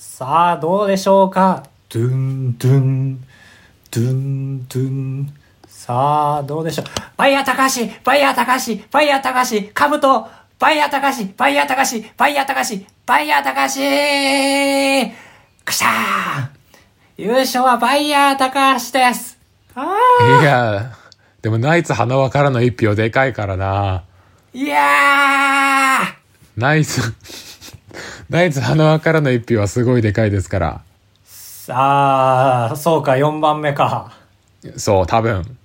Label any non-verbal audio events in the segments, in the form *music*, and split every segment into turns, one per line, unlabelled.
さあ、どうでしょうか
ドゥンドゥンドゥンドゥン
さあ、どうでしょうバイヤー高橋バイヤー高橋バイヤー高橋カブトバイヤー高橋バイヤー高橋バイヤー高橋バイヤー高橋くしゃー優勝はバイヤー高橋ですあ
いや、でもナイツ花輪からの一票でかいからな。
ーいやー
ナイツ、 *laughs* ナイツ花輪からの一票はすごいでかいですから。
さあ、そうか、4番目か。
そう、多分。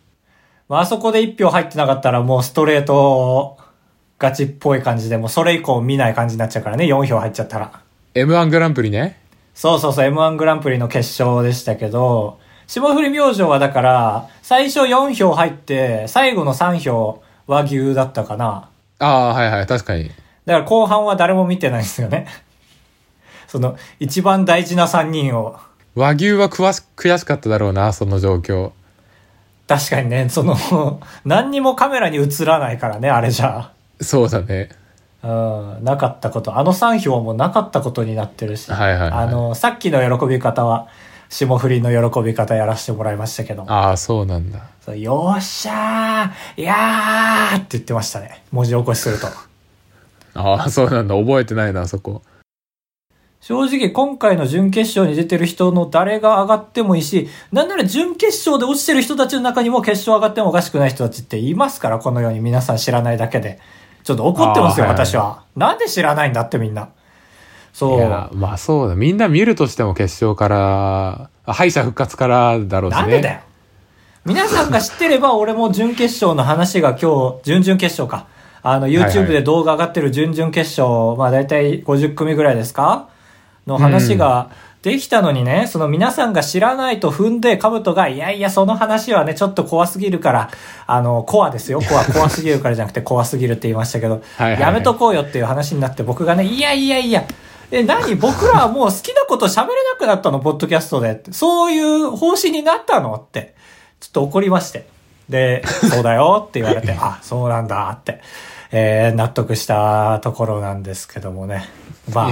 まあ、あそこで1票入ってなかったらもうストレートガチっぽい感じで、もうそれ以降見ない感じになっちゃうからね、4票入っちゃったら。
M1 グランプリね。
そうそうそう、M1 グランプリの決勝でしたけど、霜降り明星はだから、最初4票入って、最後の3票和牛だったかな。
ああ、はいはい、確かに。
だから後半は誰も見てないんですよね。 *laughs* その、一番大事な3人を。
和牛は詳し悔しかっただろうな、その状況。
確かにね、その、何にもカメラに映らないからね、あれじゃあ。
そうだね。
うん、なかったこと。あの3票もなかったことになってるし。
はいはいはい
あの、さっきの喜び方は、霜降りの喜び方やらせてもらいましたけど。
ああ、そうなんだ。
そうよっしゃーいやーって言ってましたね。文字起こしすると。
ああ、そうなんだ。覚えてないな、そこ。
正直今回の準決勝に出てる人の誰が上がってもいいし、なんなら準決勝で落ちてる人たちの中にも決勝上がってもおかしくない人たちっていますから、このように皆さん知らないだけで。ちょっと怒ってますよ、
あーはいはい
私は。なんで知らないんだってみんな。
い
そう。
や、まあそうだ。みんな見るとしても決勝から、あ敗者復活からだろうしね。
なんでだよ皆さんが知ってれば俺も準決勝の話が今日、準々決勝か。あの、
はい
YouTube で動画上がってる準々決勝、まあ大体50組ぐらいですかの話ができたのにね、その皆さんが知らないと踏んで、カブトが、いやいや、その話はね、ちょっと怖すぎるから、あの、コアですよ、コア、怖すぎるからじゃなくて怖すぎるって言いましたけど、
はいはい
やめとこうよっていう話になって僕がね、いやいやいや、え、何僕らはもう好きなこと喋れなくなったのポッドキャストでって。そういう方針になったのって。ちょっと怒りまして。で、そうだよって言われて、あ、そうなんだって。えー納得したところなんですけどもね。ま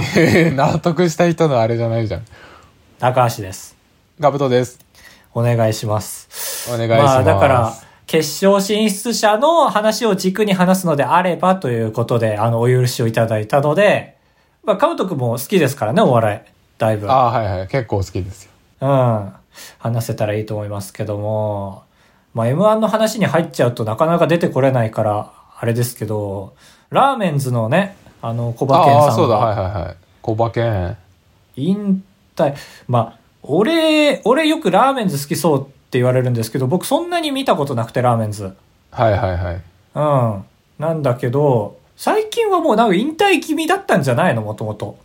あ、
*laughs* 納得した人のあれじゃないじゃん。
高橋です。
ガブトです。
お願いします。
お願いします。
まあ、だから、決勝進出者の話を軸に話すのであればということで、あの、お許しをいただいたので、まあ、カブト君も好きですからね、お笑い。だいぶ。
ああ、はいはい。結構好きですよ。
うん。話せたらいいと思いますけども、まあ、M1 の話に入っちゃうとなかなか出てこれないから、あれですけど、ラーメンズのね、あの、小馬
あ
健
あ、
さ
そ
ん
うだ、はい
が
はいはい。小馬券。
引退、まあ、俺、俺よくラーメンズ好きそうって言われるんですけど、僕そんなに見たことなくて、ラーメンズ。
はいはいはい。
うん。なんだけど、最近はもうなんか引退気味だったんじゃないのもともと。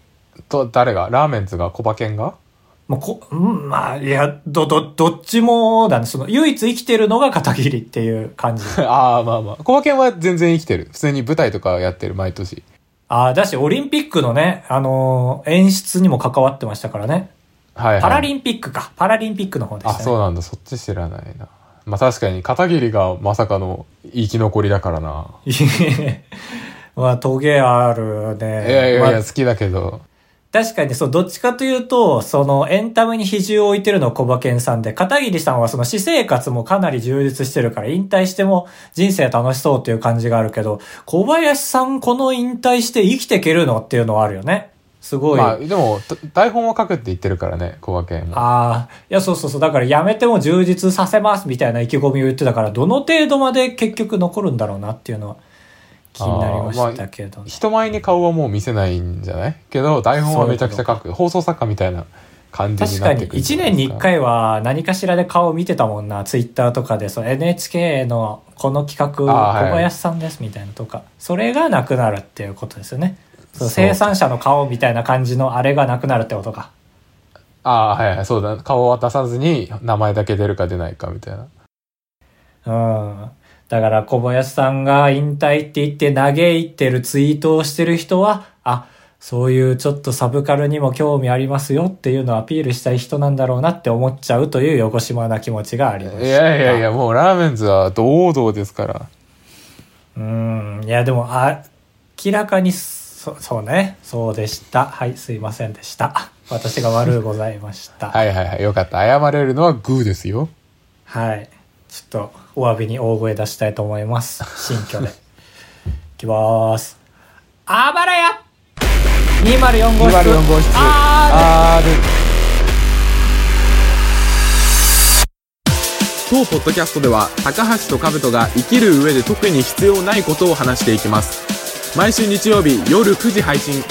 と、誰がラーメンズが小馬券が *laughs*
まあ、こ、うん、まあ、いや、ど、ど、どっちもだね。その、唯一生きてるのが片桐っていう感じ。
ああ、まあまあ。小馬券は全然生きてる。普通に舞台とかやってる、毎年。
ああ、だし、オリンピックのね、あのー演出にも関わってましたからね。
はい、はい。
パラリンピックか。パラリンピックの方でした
あ、
ね。
そうなんだ。そっち知らないな。まあ確かに、片桐がまさかの生き残りだからな。
*laughs* いえまあ、トゲあるね。
いやいやい
ま
や、
あ
好きだけど。
確かに、そう、どっちかというと、その、エンタメに比重を置いてるのは小馬健さんで、片桐さんはその、私生活もかなり充実してるから、引退しても人生楽しそうっていう感じがあるけど、小林さんこの引退して生きていけるのっていうのはあるよね。すごい。
まあ、でも、た台本を書くって言ってるからね、小馬券も。
ああ、いや、そうそうそう。だから、やめても充実させますみたいな意気込みを言ってたから、どの程度まで結局残るんだろうなっていうのは気になりましたけど。
人前に顔はもう見せないんじゃないけど、台本はめちゃくちゃ書く。放送作家みたいな感じに
確
な
か
って
に、
くるんじ
1
ゃない
年
で
に
すか。
1回は何かしらで顔を見てたもんな。ツイッターとかで、その NHK のこの企画、
あーはい
小林さんですみたいなとか、それがなくなるっていうことですよね。そう
そう
生産者の顔みたいな感じのあれがなくなるってことか。
ああ、はいはい、そうだ。顔は出さずに、名前だけ出るか出ないかみたいな。
うん。だから小林さんが引退って言って嘆いてるツイートをしてる人は、あ、そういうちょっとサブカルにも興味ありますよっていうのをアピールしたい人なんだろうなって思っちゃうという横島な気持ちがありました。
いやいやいや、もうラーメンズは堂々ですから。
うん。いやでも、あ、明らかにそ、そうね。そうでした。はい、すいませんでした。私が悪うございました。
はいはいはい。よかった。謝れるのはグーですよ。
はい。ちょっと、お詫びに大声出したいと思います。新居で。い *laughs* きまーす。あばらや !204 号室。
204号室。
あ
R。当ポッドキャストでは高橋と兜が生きる上で特に必要ないことを話していきます毎週日曜日夜9時配信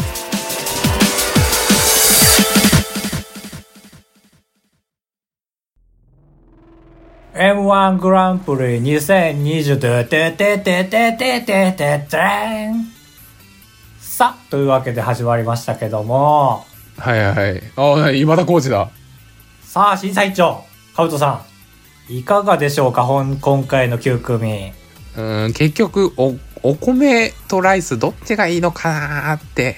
ー M1 グランプリ2020てててててててててんさあ、というわけで始まりましたけども、
はいはいああ今田耕司だ
さあ、審査委員長、カウトさん、いかがでしょうか、ほん今回の9組。
うーん結局おお米とライスどっちがいいのかなーって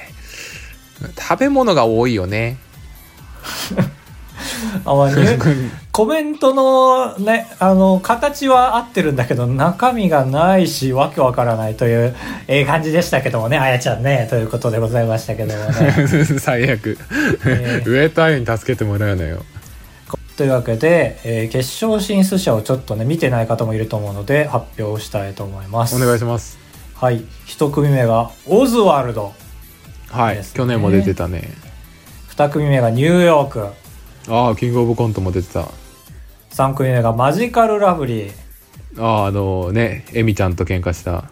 食べ物が多いよね
あまあニ
*laughs*
ュコメントのね、あの、形は合ってるんだけど、中身がないし、わけわからないという、ええ感じでしたけどもね、あやちゃんね、ということでございましたけども
*laughs*
ね。
最悪、
え
*laughs*
ー
ウェーターに助けてもらうなよ
というわけで、えー決勝進出者をちょっとね、見てない方もいると思うので、発表したいと思います。
お願いします
はい。一組目が、オズワルド。
はい、
ですね
去年も出てたね
二組目が、ニューヨーク。
ああキングオブコントも出てたあ
三組目が、マジカルラブリー。
ああのねエミちゃんと喧嘩した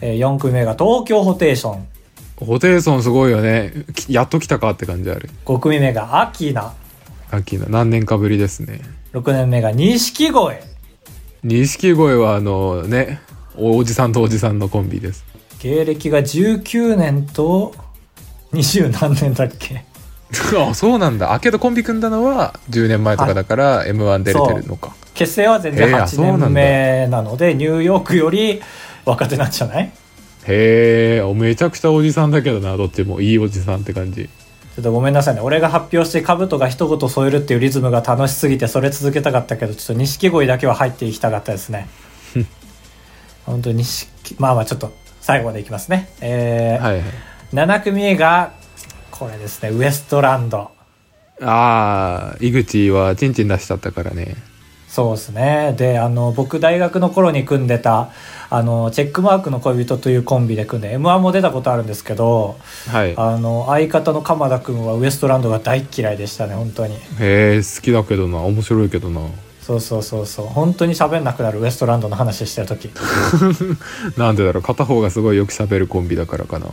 えー、四組目が、東京ホテイション。
ホテイソンすごいよねきやっと来たかって感じある
五組目が、アキナ。
秋の何年かぶりですね
六年目が、錦鯉。
錦鯉はあのねおじさんとおじさんのコンビです
芸歴が19年と20何年だっけ
*laughs* あそうなんだあけどコンビ組んだのは10年前とかだから m 1出れてるのか
結成は全然
ええあそう
8
なんだ
年目なので、ニューヨークより若手なんじゃない
へえめちゃくちゃおじさんだけどなどっちもいいおじさんって感じ
ちょっとごめんなさいね俺が発表してカブトが一言添えるっていうリズムが楽しすぎてそれ続けたかったけどちょっと錦鯉だけは入っていきたかったです
*laughs*
ね本当に錦まあまあちょっと最後までいきますねえー
はいはい
7組目がこれですねウエストランド
ああ井口はチンチン出しちゃったからね
そうですね。で、あの、僕大学の頃に組んでた、あの、チェックマークの恋人というコンビで組んで、M1 も出たことあるんですけど、
はい
あの、相方の鎌田君はウエストランドが大嫌いでしたね、本当に。
へえ好きだけどな面白いけどな
そうそうそうそう。本当に喋んなくなるウエストランドの話してる時
なんでだろう片方がすごいよく喋るコンビだからかな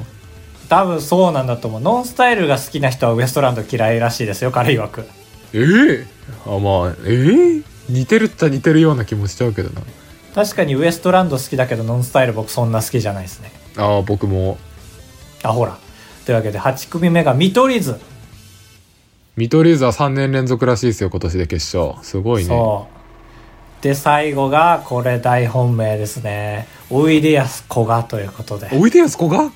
多分そうなんだと思う。ノンスタイルが好きな人はウエストランド嫌いらしいですよ、彼曰く。
ええあまあええ似てるっちゃ似てるような気もしちゃうけどな
確かにウエストランド好きだけど、ノンスタイル僕そんな好きじゃないですね。
ああ僕も
あ、ほら。というわけで、8組目が見取り図。
見取り図は3年連続らしいですよ今年で決勝すごいね
そうで最後がこれ大本命ですねおいでやすこがということで
おいでやすこが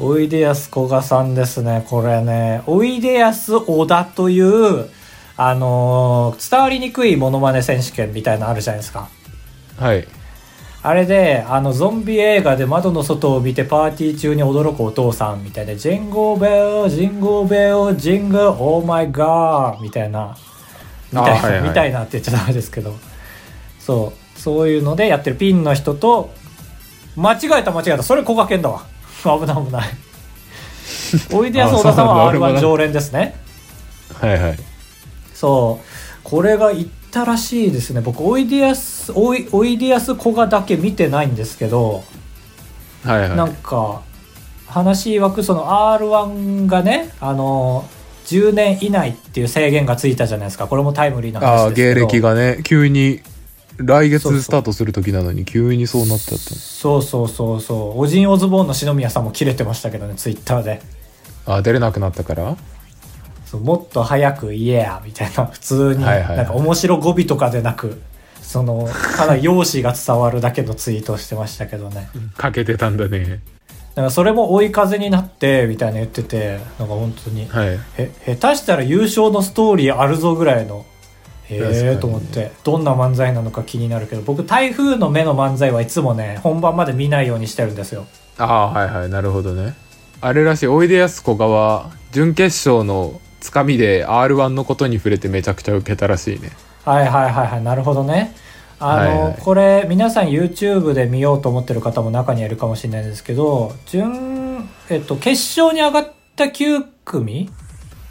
おいでやすこがさんですねこれねおいでやす小田というあのー伝わりにくいモノマネ選手権みたいなのあるじゃないですか
はい
あれであのゾンビ映画で窓の外を見てパーティー中に驚くお父さんみたいな「ジンゴーベルジンゴーベルジングオーマイガー」みたいなみたいな、
あはいはい
みたいなって言っちゃダメですけどそうそういうのでやってるピンの人と間違えた間違えたそれこがけんだわ *laughs* 危ない危ないおいでやす小田さんは
あそう
r
なんだ俺も
1
ね
常連ですね
はいはい
そうこれが行ったらしいですね僕おいでやすおいおいでやすこがだけ見てないんですけど
はい
な
は
んか話曰くその r 1がねあの10年以内っていう制限がついたじゃないですかこれもタイムリーない
あ
話
あ
ですけ
芸
ど
歴がね急に来
そう
月ス
そう
タートする時なのに急にそうなっちゃった
そうそうそうそうオジン・オズボーンの篠宮さんも切れてましたけどねツイッターで
ああ出れなくなったから
そうもっと早く言えやみたいな普通に
はいはいはい
なんか面白語尾とかでなくそのただ容姿が伝わるだけのツイートをしてましたけどね
かけてたんだね
なんかそれも追い風になってみたいな言っててなんか本当に
はい
え下手したら優勝のストーリーあるぞぐらいの
確かに
ええと思ってどんな漫才なのか気になるけど僕台風の目の漫才はいつもね本番まで見ないようにしてるんですよ
ああはいはいなるほどねあれらしいおいでやすこがは準決勝のつかみで r 1のことに触れてめちゃくちゃ受けたらしいね
はいはいはいはいなるほどねあの、
はいはい
これ皆さん YouTube で見ようと思ってる方も中にはいるかもしれないですけど準、えっと、決勝に上がった9組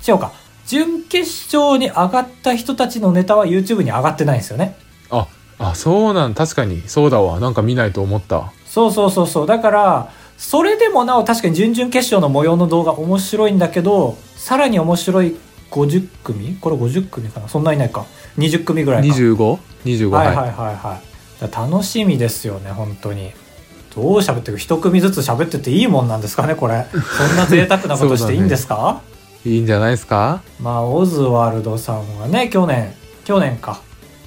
違うか準決勝に上がった人たちのネタは YouTube に上がってないんですよね
ああそうなん確かにそうだわなんか見ないと思った
そうそうそうそうだからそれでもなお確かに準々決勝の模様の動画面白いんだけどさらに面白い50組これ50組かなそんないないか20組ぐらいか
25?25
は
はいい、
はいはいはいだから楽しみですよね本当にどう喋っていく一組ずつ喋ってていいもんなんですかねこれそんな贅沢なこと
*laughs* そう
し
だ
て
ね
いいんですか、
い、いんじゃないですか
まあオズワルドさんはね去年去年か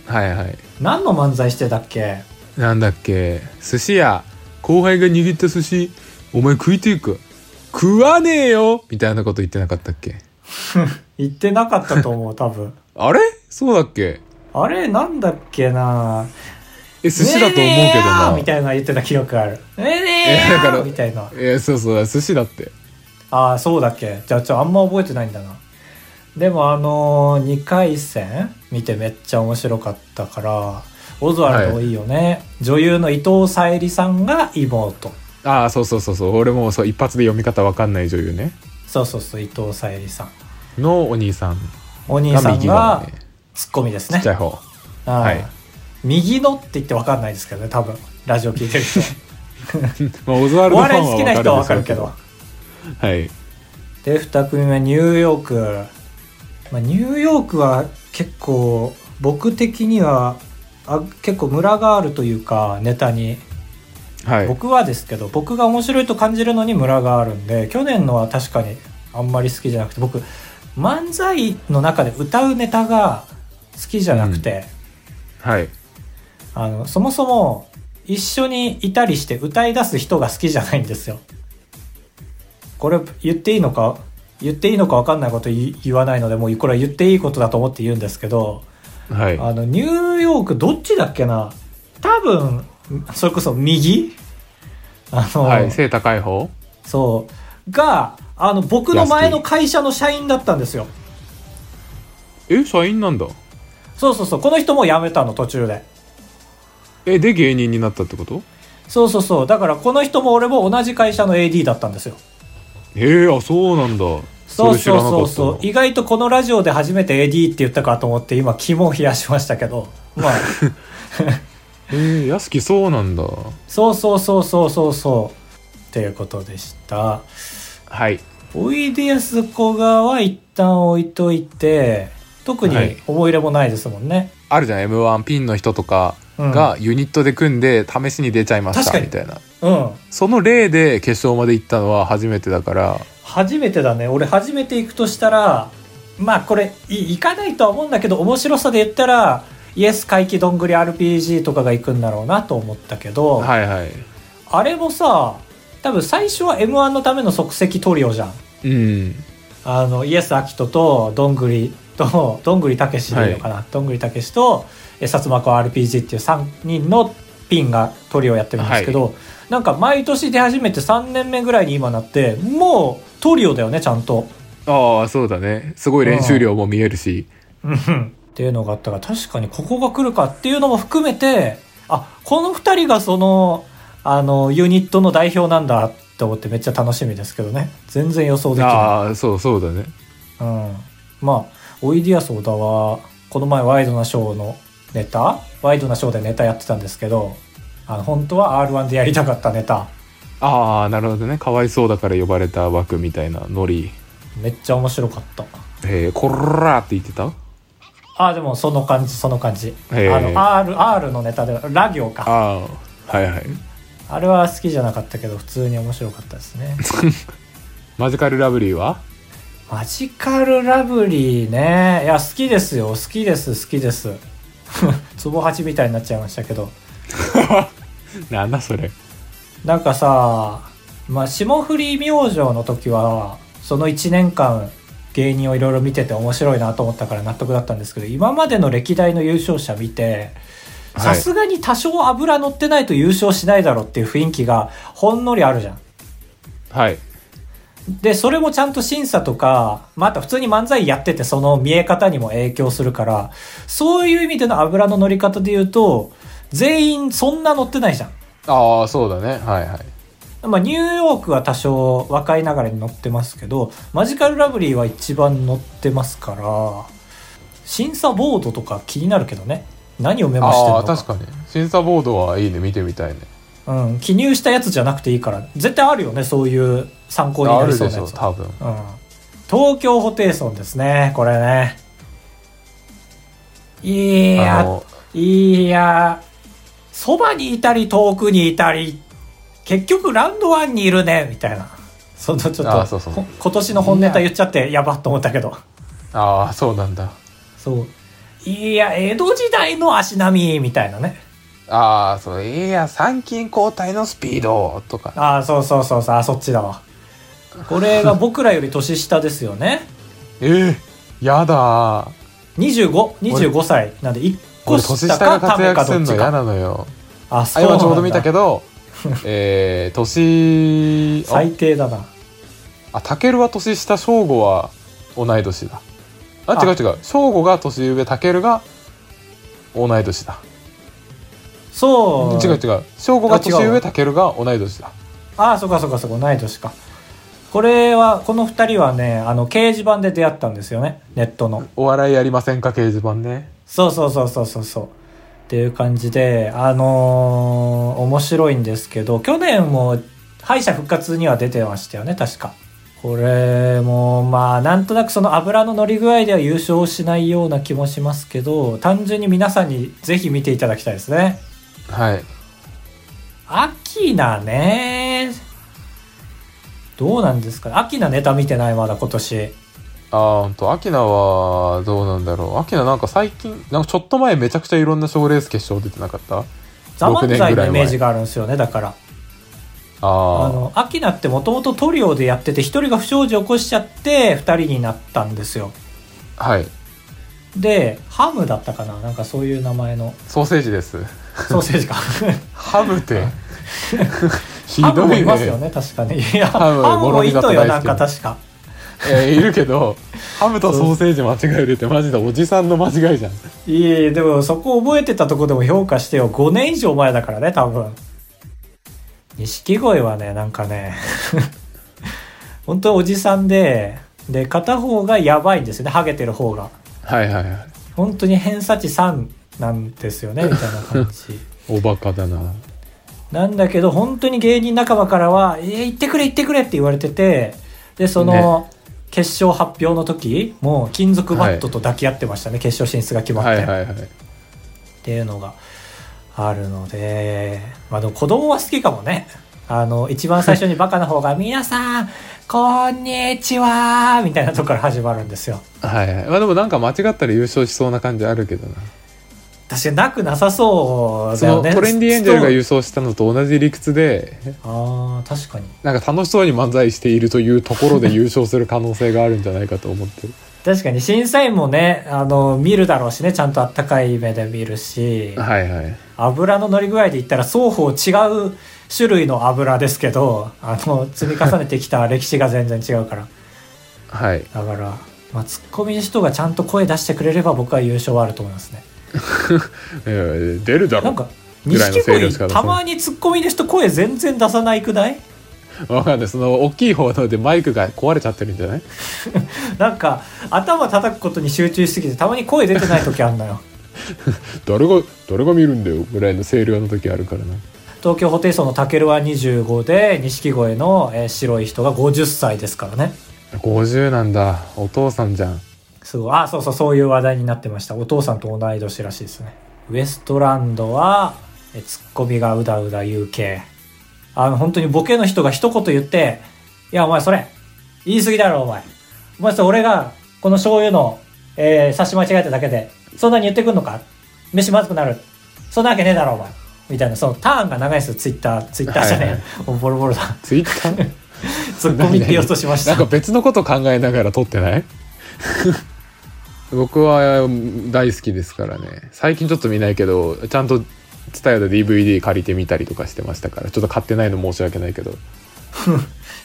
はいはい
何の漫才してたっけ
なんだっけ寿司屋後輩が握った寿司お前食いていく食わねえよみたいなこと言ってなかったっけ
言ってなかったと思う多分
あれそうだっけ
あれなんだっけな
え寿司だと思うけどな
ねえねえやーみたいな言ってた記憶がある。ねえねえ
えだ
や
か
ー
ら
みたいな。
えそうそう寿司だって
ああ、そうだっけ。じゃあ、ちょ、あんま覚えてないんだな。でも、あのー、2回戦見てめっちゃ面白かったから、オズワルドいいよね。女優の伊藤沙莉さんが妹。
ああそうそうそうそう俺もそう一発で読み方わかんない女優ね
そうそうそう、伊藤沙莉さん。
のお兄さん
お兄さん
右側
が
ね
ツッコミです
ちっ
ね
ち。ゃい方
は
はい
右のって言ってわかんないですけどね、多分。ラジオ聞いてる
*laughs*
人。
まあオズワ
お
ルドファ
笑い
ンは
好き
わか
な
るでし
人は
ょ
わ
うけ
か
ど
るけど。
はい
で2組目ニューヨーク、まあ、ニューヨークは結構僕的にはあ結構ムラがあるというかネタに、
はい
僕はですけど僕が面白いと感じるのにムラがあるんで去年のは確かにあんまり好きじゃなくて僕漫才の中で歌うネタが好きじゃなくて、
はい
あのそもそも一緒にいたりして歌い出す人が好きじゃないんですよ。これ言っていいのか言っていいのか分かんないこと言い言わないのでもうこれは言っていいことだと思って言うんですけど
はい
あのニューヨークどっちだっけな多分それこそ右あの、
はい背高い方
そうがあの僕の前の会社の社員だったんですよ。
え社員なんだ
そうそうそうこの人も辞めたの途中で。
えで芸人になったってこと
そうそうそうだからこの人も俺も同じ会社の AD だったんですよ。
えー、あそうなんだ
そう
れ知ら
そう
なかった
そ
な
うそう意外とこのラジオで初めて AD って言ったかと思って今肝を冷やしましたけ *laughs* どまあ
えー、やすきそうなんだ
そうそうそうそうそうそうっていうことでした
はい
おいでやすこがは一旦置いといて特に
はい
思い入れもないですもんね、
あるじゃん m 1ピンの人とか
うん
がユニットで組んで試しに出ちゃいまし
確
た、
かに
みたいな
うん
その例で決勝まで行ったのは初めてだから
初めてだね俺初めて行くとしたらまあこれい行かないとは思うんだけど面白さで言ったらイエス怪奇どんぐり RPG とかが行くんだろうなと思ったけど
はいはい
あれもさ、多分最初は M1 のための即席トリオじゃん。
うん
あの、イエス・アキトと、どんぐりと、どんぐりたけしでいいのかな。どんぐりたけしと、えさつまこ RPG っていう3人のピンがトリオやってるんですけど、なんか毎年出始めて3年目ぐらいに今なって、もうトリオだよね、ちゃんと。
ああそうだねすごい練習量も見えるし
うんっていうのがあったから確かにここが来るかっていうのも含めてあこの2人がそのあのユニットの代表なんだって思ってめっちゃ楽しみですけどね全然予想できな
ああそうそうだね
い、うん、まあおいでやす小田はこの前ワイドなショーのネタワイドなショーでネタやってたんですけどあの本当は r 1でやりたかったネタ
ああなるほどねかわいそうだから呼ばれた枠みたいなノリ
めっちゃ面白かった
えー、こらーって言ってた
あでもその感じその感じあ
へえ
の R, R のネタでラ行か
ああはいはい
あれは好きじゃなかったけど普通に面白かったですね *laughs*
マジカルラブリーは
マジカルラブリーねいや好きですよ好きです好きです *laughs* ツボハチみたいになっちゃいましたけど
なんだそれ
なんかさ、まあ、霜降り明星の時はその1年間芸人をいろいろ見てて面白いなと思ったから納得だったんですけど今までの歴代の優勝者見て
は
さ
い
すがに多少油乗ってないと優勝しないだろうっていう雰囲気がほんのりあるじゃん
はい
で、それもちゃんと審査とか、まあ、あと普通に漫才やってて、その見え方にも影響するから、そういう意味での油の乗り方で言うと、全員そんな乗ってないじゃん。
ああそうだねはいはい
まあ、ニューヨークは多少若いながらに乗ってますけど、マジカルラブリーは一番乗ってますから、審査ボードとか気になるけどね。何をメモしてる
あ
の
あ
か
確かに審査ボードはいいね見てみたいね
うん、記入したやつじゃなくていいから絶対あるよねそういう参考に
あ
なり
る
そうな
でし
や
ょ
つ
多分
うん、東京ホテイソンですねこれねい
あ
や
の
いやそばにいたり遠くにいたり結局ラウンドワンにいるねみたいなそのちょっと
あそうそう
こ今年の本ネタ言っちゃってやばっと思ったけど
ああそうなんだ
そういや江戸時代の足並みみたいなね
ああそういや参勤交代のスピードとか
ああそうそうそうそうあそっちだわこれが僕らより年下ですよね
ええやだー
2525歳なんで1個
俺年
下か
下が
た
活
めか
躍す
ど
る
っ
の
ち
嫌
か
なのよ
あ
あ
そうなん
今
だ
ちょうど見たけどえー、年
最低だな
あたけるは年下翔吾は同い年だあ
あ
違う違う翔吾が年上たけるが同い年だ
そう
違う違う翔吾が
あ違う
年上たけるが同い年だ
ああそうかそうかそうか同い年かこれはこの2人はねあの掲示板で出会ったんですよねネットの
お笑いやりませんか掲示板ね
そうそうそうそうそうそうっていう感じであのー面白いんですけど去年も敗者復活には出てましたよね確かこれもまあなんとなくその油の乗り具合では優勝しないような気もしますけど単純に皆さんにぜひ見ていただきたいですね
はい
アキナねどうなんですかねアキナネタ見てないまだ今年
あーほんとアキナはどうなんだろうアキナなんか最近なんかちょっと前めちゃくちゃいろんな賞レース決勝出てなかった
ザ・マンザイ
六
の
年ぐらい前
イメージがあるんですよねだからあ
あ
の、アキナってもともとトリオでやってて、一人が不祥事を起こしちゃって、二人になったんですよ。
あはい
で、ハムだったかななんかそういう名前の、 *laughs*
ソーセージです
ソーセージか。
ハムて *laughs*
*laughs*
ひ
ハ
ど
ム
い
もい
ね
ますよね、確かに。いや、
ハ
ハ
ム
ムもいた
もろみ
よ、な
だと大好
ん
き
か確か。
えーいるけどハムとソーセージ間違えるってマジでおじさんの間違いじゃん
いえいえ、でもそこ覚えてたとこでも評価してよ。5年以上前だからね、多分。錦鯉はね、なんかね、 *laughs* 本当おじさんで、で、片方がやばいんですよね、ハゲてる方が。
はいはいはい
本当に偏差値3なんですよねみたいな感じ *laughs*
おバカだな
なんだけど本当に芸人仲間からは「えー行ってくれ行ってくれ」って言われててでその決勝発表の時もう金属バットと抱き合ってましたね、決勝進出が決まって、
はいはいはい
っていうのがあるのでまあでも子供は好きかもねあの一番最初にバカな方が「皆さんこんにちは」みたいなとこから始まるんですよ
はいはいまあでもなんか間違ったら優勝しそうな感じあるけどな
確かになくなさそう
そ
だ
の
よね
トレンディエンジェルが優
う
勝したのと同じ理屈で
あー確かに
なんか楽しそうに漫才しているというところで優勝する可能性があるんじゃないかと思ってる
確かに審査員もねあの見るだろうしねちゃんとあったかい目で見るし
はいはい
油の乗り具合で言ったら双方違う種類の油ですけどあの積み重ねてきた歴史が全然違うから
はい
だから、まあ、ツッコミの人がちゃんと声出してくれれば僕は優勝はあると思いますね
えー出るだ
な
ろ
んか
ぐらいの
錦
声量し
鯉
か出さな
た
い
まにツッコミの人声全然出さないくない *laughs*
わかんないその大きい方のでマイクが壊れちゃってるんじゃない
なんか頭叩くことに集中しすぎてたまに声出てない時あんのよ *laughs*
誰が誰が見るんだよぐらいの声量の時あるからな
東京ホテイソンのたけるは25で錦鯉の、えー白い人が50歳ですからね
50なんだお父さんじゃん
すごいあそうそうそういう話題になってましたお父さんと同い年らしいですねウエストランドはえーツッコミがうだうだ言う系あの本当にボケの人が一言言って「いやお前それ言い過ぎだろお前お前それ俺がこの醤油の、えー差し間違えただけでそんなに言ってくんのか飯まずくなるそんなわけねえだろお前」みたいなそのターンが長いですよツイッターツイッターじゃねえ、
はいは
もうボロボロだ
ツイッ
*laughs*
ター
ツッコミって言おうとしまし
な
た
んか別のこと考えながら撮ってない *laughs* 僕は大好きですからね最近ちょっと見ないけどちゃんと TSUTAYA で DVD 借りてみたりとかしてましたからちょっと買ってないの申し訳ないけど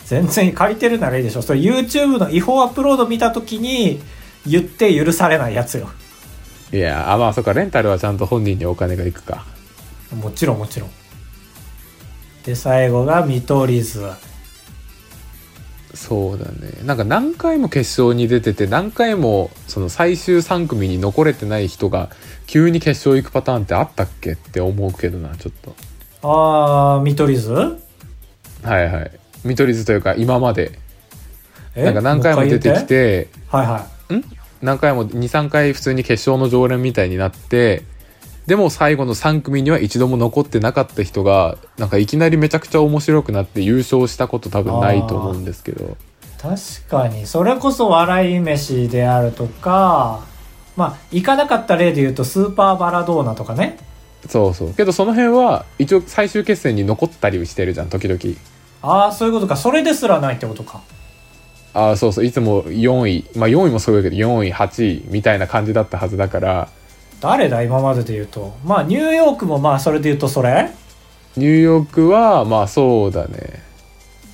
全然借りてるならいいでしょ。それ YouTube の違法アップロード見たときに言って許されないやつよ。
いやあまあそっかレンタルはちゃんと本人にお金がいくか
もちろんもちろん。で、最後が見取り図。
そうだねなんか何回も決勝に出てて何回もその最終3組に残れてない人が急に決勝行くパターンってあったっけって思うけどなちょっと
あー、見取り図
はいはい見取り図というか今まで
え
なんか何回も出て
もう
き
一回言
て
はいはい。
ん何回も23回普通に決勝の常連みたいになってでも最後の3組には一度も残ってなかった人がなんかいきなりめちゃくちゃ面白くなって優勝したこと多分ないと思うんですけど
確かにそれこそ笑い飯であるとかまあ行かなかった例で言うとスーパーバラドーナとかね
そうそうけどその辺は一応最終決戦に残ったりしてるじゃん時々
ああそういうことかそれですらないってことか
ああそうそういつも4位まあ4位もすごいけど4位8位みたいな感じだったはずだから
誰だ今までで言うとまあニューヨークもまあそれで言うとそれ
ニューヨークはまあそうだね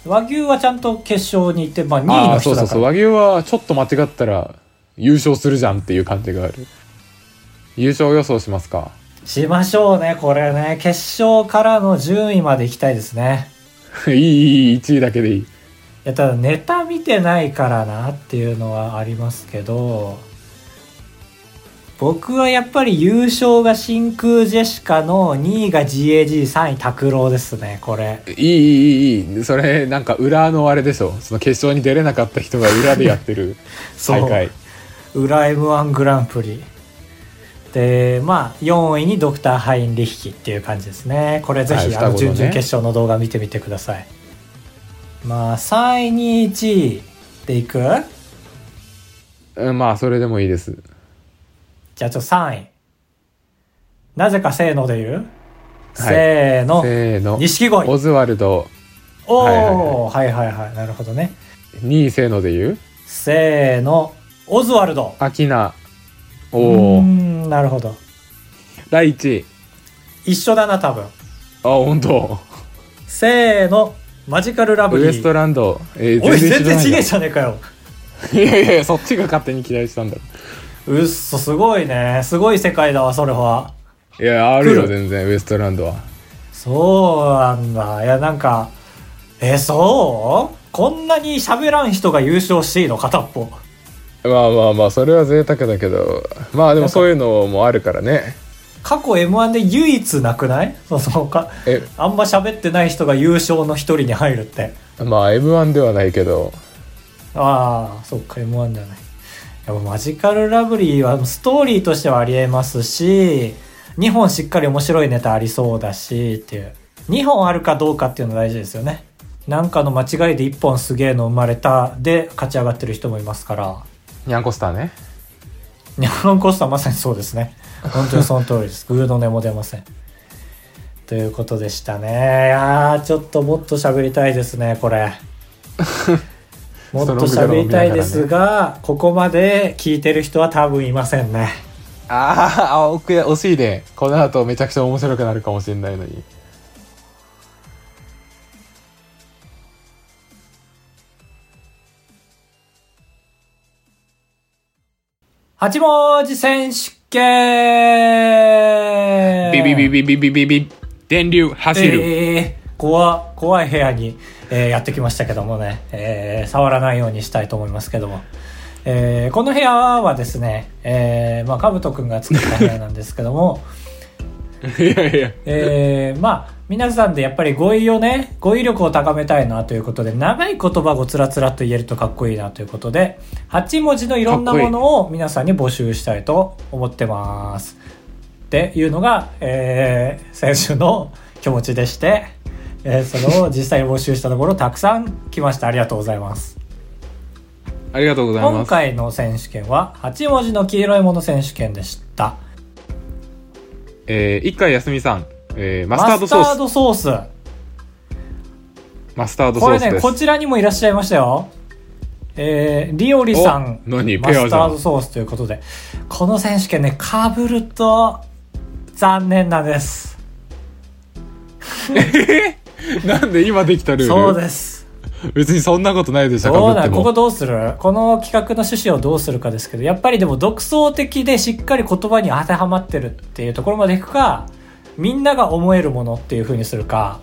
和牛はちゃんと決勝に行ってまあ2位
あ
の
あ
人
そうそ
だ
う
か
そう
ら
和牛はちょっと間違ったら優勝するじゃんっていう感じがある優勝予想しますか *laughs*
しましょうねこれね決勝からの順位まで行きたいですね
いいいいいい1位だけでいい
いやただネタ見てないからなっていうのはありますけど僕はやっぱり優勝が真空ジェシカの2位が GAG3 位拓郎ですねこれ
いいいいいいいいそれなんか裏のあれでしょその決勝に出れなかった人が裏でやっ
*laughs*
てる大会
裏 m 1グランプリでまあ4位にドクター・ハインリヒキっていう感じですねこれぜひ、
はい
あの
双子の
準
ね
々決勝の動画見てみてくださいまあ3位に1位でいく
うんまあそれでもいいです
じゃあちょっと3位。なぜかせーので言う、
はい
せーの。
せーの
錦鯉。
オズワルド
お
はいはい
ー、はいはいはい。なるほどね。
2位せーので言う
せーの。オズワルド。
アキナお
うー
お
ん、なるほど。
第1位
一緒だな、多分。
あ本当
せーの。マジカルラブ
ウ
リー。
エストランド、えー
おい、全
知ら
然
ない
違
な
えじゃねえかよ。
いやいやいやそっちが勝手に期待したんだろ
うっそ、すごいね。すごい世界だわ、それは。
いやあるよ
来る
全然ウエストランドは
そうなんだ。いや、なんか、え、そうこんなに喋らん人が優勝していいの片っぽ。
まあまあまあそれは贅沢だけどまあでもそういうのもあるからね
過去 m 1で唯一なくないそのか
え
あんま喋ってない人が優勝の一人に入るって
まあ m 1ではないけど
ああそっか m 1じゃないやっぱマジカルラブリーはストーリーとしてはありえますし2本しっかり面白いネタありそうだしっていう2本あるかどうかっていうの大事ですよねなんかの間違いで1本すげえの生まれたで勝ち上がってる人もいますから
ニャンコスターね
日本コスターまさにそうですね本当にその通りですグーの音も出ませんということでしたねいやーちょっともっと喋りたいですねこれもっと喋りたいです
ストロングゼロを見な
が、ここまで聞いてる人は多分いませんね
ああ奥惜しいねこの後めちゃくちゃ面白くなるかもしれないのに
八文字選手権
ビビビビビビビビ電流走る
ええ怖怖い部屋に、えーやってきましたけどもね、えー触らないようにしたいと思いますけども、えーこの部屋はですね、えーまあ、かぶとくんが作った部屋なんですけども、
いやいや
えーまあ皆さんでやっぱり語彙をね語彙力を高めたいなということで長い言葉をつらつらと言えるとかっこいいなということで8文字のいろんなものを皆さんに募集したいと思ってますっていうのが、えー先週の気持ちでして、えーそれを実際に募集したところたくさん来ましたありがとうございます
ありがとうございま
今
す
回の選手権は8文字の黄色いもの選手権でした
えー、一回休みさん、えー、マ
マ
スタードソース
ソース
マスタードソ
こ
ー
れ
スです
ね、こちらにもいらっしゃいましたよ。えー、リオリさん、
お
マ
何
ス
ペアじゃん
タードソースということで、この選手権ね、かぶると、残念なんです。
なんで今できたルール
そうです。
別にそんなことないでしょ、
どう
か
な
ぶって
んここ
も。
どうするこの企画の趣旨をどうするかですけど、やっぱりでも独創的でしっかり言葉に当てはまってるっていうところまでいくか、みんなが思えるものっていう風にするか。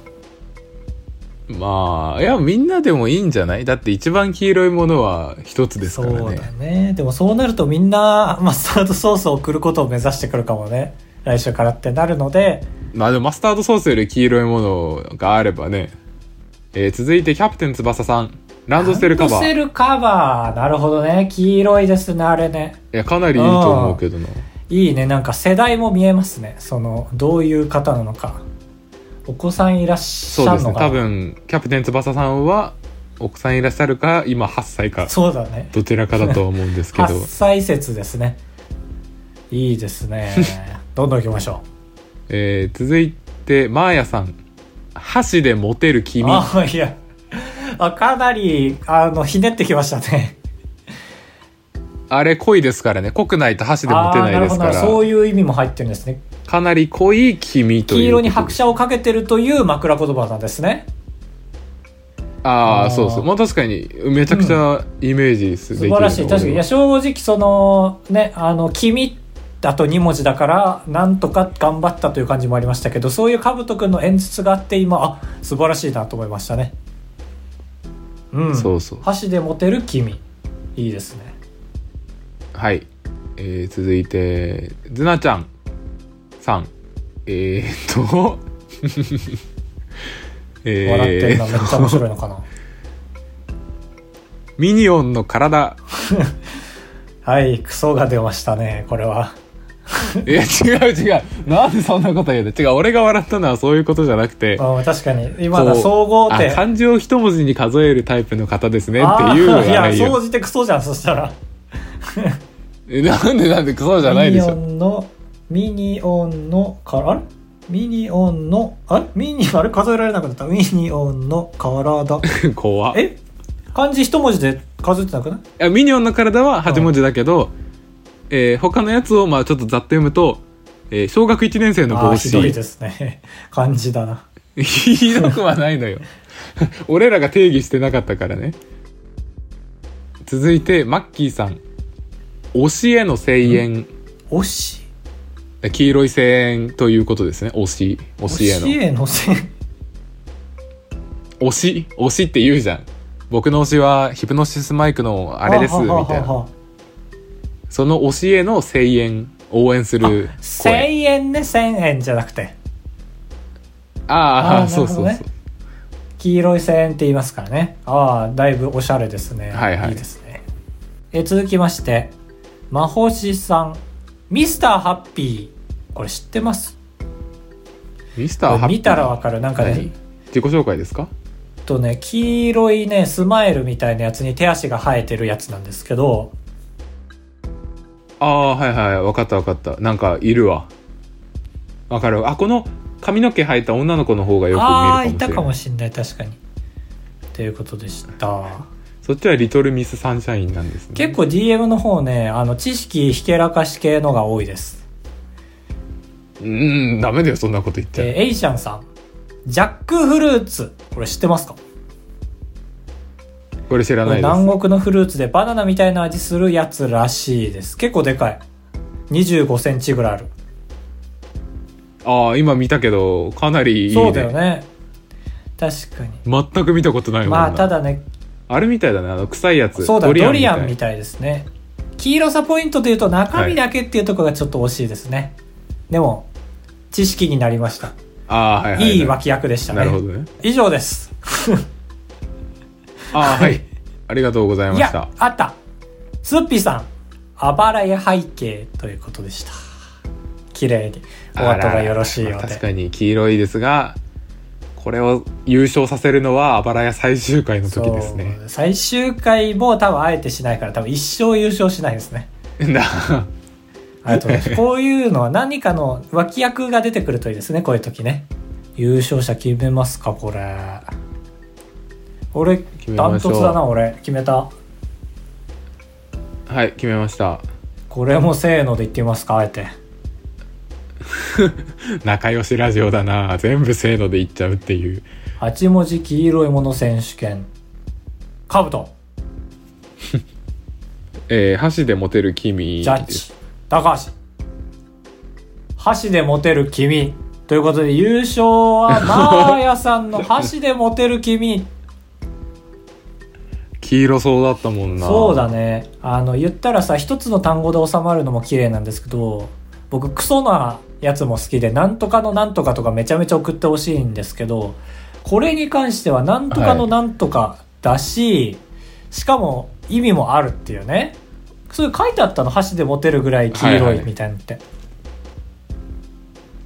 まあ、いや、みんなでもいいんじゃないだって一番黄色いものは一つです
そ
からね。
うだね。でもそうなるとみんなマスタードソースを送ることを目指してくるかもね。来週からってなるので、
まあでもマスタードソースより黄色いものがあればね。えー続いてキャプテン翼さん。ランドセルカバ
ランドセ
ー。い
ルカバー。なるほどね。黄色いですね、あれね。
や、かなりいいと思うけどな。
いいね。なんか世代も見えますね。その、どういう方なのか。お子さんいらっし
そう
ゃ
で
る
す
の
ね。
かな
多分、キャプテン翼さんは、お子さんいらっしゃるか、今8歳か、
そうだね。
どちらかだとは思うんで
*laughs*
すけど。
8歳説ですね。いいです
*laughs*
ね。どんどん行きましょう。
えー続いて、マーヤさん。箸でモテる君。
あ、いや。あかなり、あの、ひねってきましたね。
あれ濃いですからね。濃くないと箸で持
あ
て
あ
ないです
なるほど
か
なる
ら。
ほどそういう意味も入ってるんですね。
かなり濃い君という。
黄色に拍。車をかけてるという枕言葉なんですね。
あ
あ
あ、
ー
そうそう。まあ確かに、めちゃくちゃイメージす、
素晴らしい。確かに。いや、正直、その、ね、あの、君だと2文字だから、なんとか頑張ったという感じもありましたけど、そういうかぶとくんの演出があって、今、あ、素晴らしいなと思いましたね。うん。
そうそう
箸で持てる君。いいですね。
はい。えー続いて、ズナちゃんさん。えー、っと、 *laughs* えー
笑ってるのめっちゃ面白いの
*laughs*
かな。
ミニオンの体。
はい、クソが出ましたね、これは。
いや、違う違う。なんでそんなこと言うの違う、俺が笑ったのはそういうことじゃなくて。
あ確かに、今の
こう
総合
あ
点。
漢字を一文字に数えるタイプの方ですねって
あ
いうのが
ーいや、
ない
総
よ。
じてクソじゃん、そしたら。
えなんでなんで、そうじゃないでし
ミニ
ょ。
オンの、ミニオンの、かあれミニオンの、あれミニ、あれ数えられなくなった。ミニオンの体。
怖い
え漢字一文字で数えてなくない
や。ミニオンの体は8文字だけど、えー他のやつをまあちょっとざっと読むと、えー小学1年生の
あー
帽
ひどい
子。
ですね。漢字だな。
ひどくはないのよ。 *laughs* 俺らが定義してなかったからね。続いて、マッキーさん。推しへの声援。
おし、
黄色い声援ということですね。推し。推
おし
しへの。
へのせ、
推し推しって言うじゃん僕の推しはヒプノシスマイクのあれです
は
み
はは
たい
は
な
は。
その推しへの声援応援する
1000
声
円ね、1000円じゃなくて。
あ
あ
あ
ー
そうそうそう、
なるほど黄色い線って言いますからねああだいぶおしゃれですね
はいはい
ですねえ続きましてまほしさんミスターハッピーこれ知ってます
ミスター
こ
ハ
れ
ッピー
見たらわかるなんか
何
ね
自己紹介ですか
えっとね黄色いねスマイルみたいなやつに手足が生えてるやつなんですけど
ああはいはい分かった分かったなんかいるわ分かるあこの髪の毛生えた女の子の方がよく見る
ああ
か
い
もしれ
た
な
か
い
もしんない確かにということでした
そっちはリトルミスサンシャインなんですね
結構 DM の方ねあの知識ひけらかし系のが多いです
うんダメだよそんなこと言っちゃ、
えーエイシャンさん。ジャックフルーツ。これ知ってますか
これ知ら
こ
な
れ
いです
南国のフルーツでバナナみたいな味するやつらしいです。結構でかい。25センチぐらいある。
ああ今見たけどかなりいいね
そうだよね。確かに。
全く見たことないもんな
まあ、ただね、
あれみたいだね、あの臭いやつ。
そうだ、ドリアンみ
た
たいですね。黄色さポイントで言うと中身だけっていうところがちょっと惜しいですね。でも、知識になりました。
い。ああ、はいはい、はい。
いい脇役でしたね。
なるほどね。
以上です。
ああ、
*laughs*
はい。ありがとうございま
い
し
や
た。、
あった。スッピーさん、あばらや背景ということでした。綺麗に。お後がよろしいよ
あら
う
ら
で。
確かに黄色いですが、これを優勝させるのは、あばらや最終回の時ですね。
そう最終回も多分あえてしないから多分一生優勝しないですね。
な
ありがとうご
*laughs*
ざいますこういうのは何かの脇役が出てくるといいですね、こういう時ね。優勝者決めますか、これ。俺、
め
ダン
ましょ
ト
う
ツだな、俺。決めた。
*laughs* はい、決めました。
これもせーので言ってみますか、あえて。
仲良しラジオだな。全部せーのでいっちゃうっていう。
8文字黄色いもの選手権カブト、
えー箸で持てる君
ジャッ
です
ジ、高橋。箸で持てる君。ということで、優勝は、マーヤさんの箸で持てる君。
黄色そうだったも *laughs* んな
そうだね。あの、言ったらさ、一つの単語で収まるのも綺麗なんですけど、僕、クソなやつも好きで、なんとかのなんとかとかめちゃめちゃ送ってほしいんですけど、これに関しては、なんとかのなんとかだし、しかも、意味もあるっていうね。そういう書いてあったの、箸で持てるぐらい黄
は
色
い
い
はい
みたいなのって。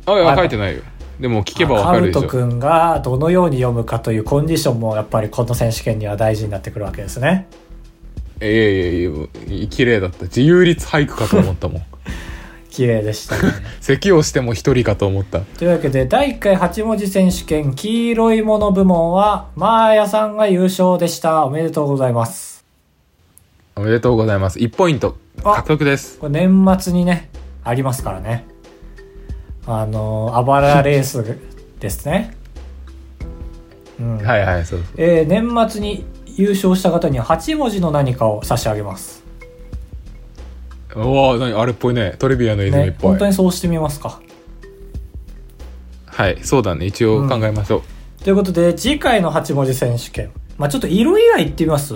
あいや
あ
書いてないよでも聞けばわかるでし
カウト
ょ
君がどのように読むかというコンディションもやっぱりこの選手権には大事になってくるわけですね。
いやいやいや綺麗だった自由律俳句かと思ったもん
綺麗でしたね。
*laughs* 咳をしても一人かと思った
というわけで、第1回8文字選手権黄色いもの部門は、マーヤさんが優勝でした。おめでとうございます。
おめでとうございます1ポイント
あ
獲得です
これ年末にね、ありますからね。あの、あばらレースです
*laughs*
ね。うん。
はいはいそうそう
えー年末に優勝した方には8文字の何かを差し上げます。
うわー何あれっぽいねトレビアの泉っ
ね、
ぽい、
本当にそうしてみますか。
はいそうだね一応考えましょう、
ということで、次回の8文字選手権。まあちょっと色以外言ってみます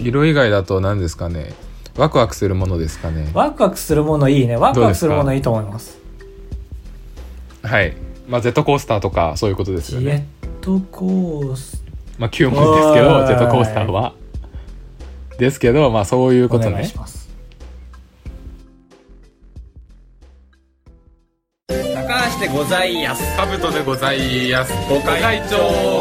色以外だと何ですかねワクワクするものですかね
ワクワクするものいいね。ワクワクするも
どうです
の
か
いいと思います。
はいまあジェットコースターとかそういうことです
ジ
よ
ェ
ね
ットコース
まあ9問です
お
け
ー
ど
い
ジェットコースターはですけどまあそういう
お
こと
願い
ね
します。
カブトでございやすご会長